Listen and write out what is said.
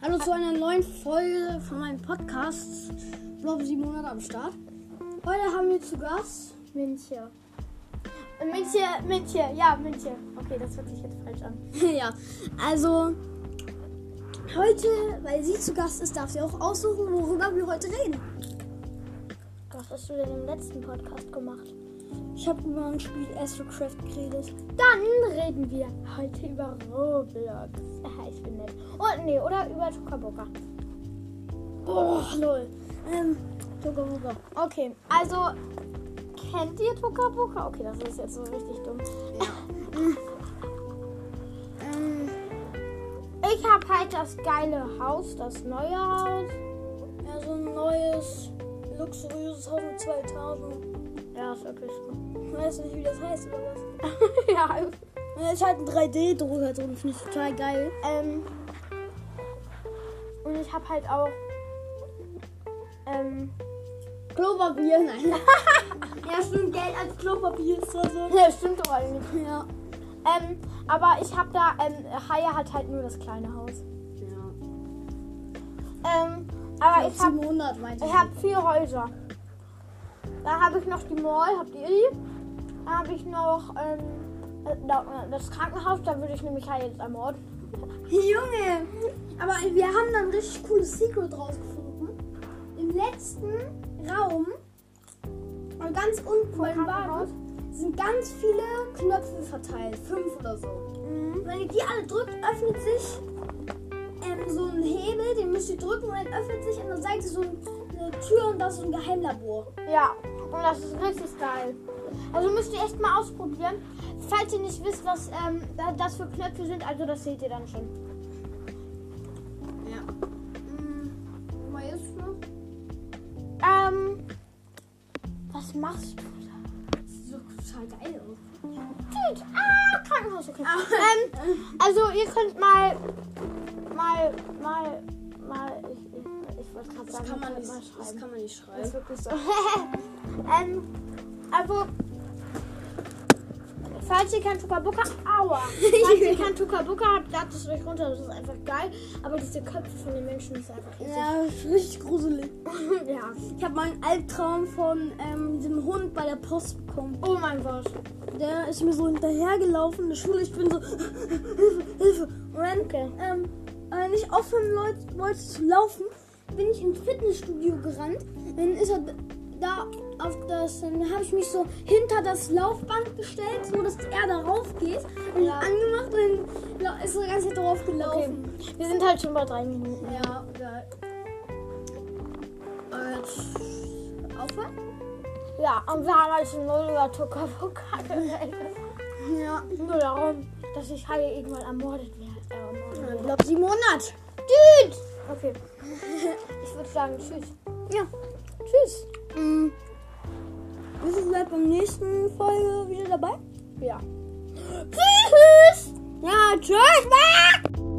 willkommen zu einer neuen Folge von meinem Podcast. Blob 7 Monate am Start. Heute haben wir zu Gast. Münche. Äh, Münche, Münche, ja, Münche. Okay, das hört sich jetzt falsch an. ja, also heute, weil sie zu Gast ist, darf sie auch aussuchen, worüber wir heute reden. Was hast du denn im letzten Podcast gemacht? Ich habe über ein Spiel Astrocraft geredet. Dann reden wir heute über Roblox. Aha, ich bin nett. Und nee, oder über Tokaboka. Oh, lol. Ähm, Tuga Buga. Okay, also kennt ihr Tokaboka? Okay, das ist jetzt so richtig dumm. Ähm, Ich habe halt das geile Haus, das neue Haus. ja, so ein neues, luxuriöses Haus mit 2000. Ja, ist wirklich so. Ich weiß nicht, wie das heißt oder was. ja, Da ist halt ein 3D-Drucker drin, finde ich total geil. Ähm, und ich habe halt auch. Ähm, Klopapier, nein. ja, stimmt, Geld als Klopapier ist das so. ne, stimmt doch eigentlich. Ja. Ähm, aber ich habe da. Ähm, Haya hat halt nur das kleine Haus. ja. Ähm, aber ich habe Monat meinte ich hab vier Häuser. Da habe ich noch die Mall, habt ihr die? Da habe ich noch ähm, äh, da- das Krankenhaus, da würde ich nämlich Haya jetzt ermorden. Junge, aber wir haben dann ein richtig cooles Secret rausgefunden. Im letzten Raum, und ganz unten beim Bad, Krankenhaus? sind ganz viele Knöpfe verteilt. Fünf oder so. Und wenn ihr die alle drückt, öffnet sich ähm, so ein Hebel, den müsst ihr drücken und dann öffnet sich an der Seite so ein, eine Tür und das ist so ein Geheimlabor. Ja, und das ist richtig geil. Also müsst ihr echt mal ausprobieren. Falls ihr nicht wisst, was ähm, da- das für Knöpfe sind, also das seht ihr dann schon. Ja. Mhm. Mal jetzt noch. Ähm, was machst du da? Das sieht doch total geil aus. Tüt, ah, Krankenhaus, okay. Ähm, also ihr könnt mal, mal, mal, mal, ich, ich, ich wollte gerade sagen, ihr könnt mal schreiben. kann man nicht Das schreiben. ist wirklich so. ähm, also, falls ihr kein Tukabuka, aua, falls ihr kein Tukabuka habt, ladet es euch runter, das ist einfach geil. Aber diese Köpfe von den Menschen ist einfach riesig. Ja, das ist richtig gruselig. ja. Ich habe mal einen Albtraum von ähm, dem Hund bei der Post bekommen. Oh mein Gott. Der ist mir so hinterhergelaufen in der Schule. Ich bin so, Hilfe, Hilfe. Und dann, Okay. ähm, weil er nicht aufhören Leut- wollte zu laufen, bin ich ins Fitnessstudio gerannt. Dann ist er d- da auf das, dann habe ich mich so hinter das Laufband gestellt, so dass er da rauf geht. Und Ja. angemacht und dann lau- ist er die ganze Zeit drauf Okay. gelaufen. Wir sind halt schon bei drei Minuten. Ja, geil. Aber jetzt aufhören? Ja, und wir haben halt schon null über Tukabuka geredet. Ja. Nur darum, dass ich halt irgendwann ermordet werde. Ermordet Ich werde. glaube, sieben Monate. Tschüss! Okay. Ich würde sagen, tschüss. Ja. Tschüss. Mhm. Bist du vielleicht beim nächsten Folge wieder dabei? Ja. Tschüss! Ja, tschüss. Bye.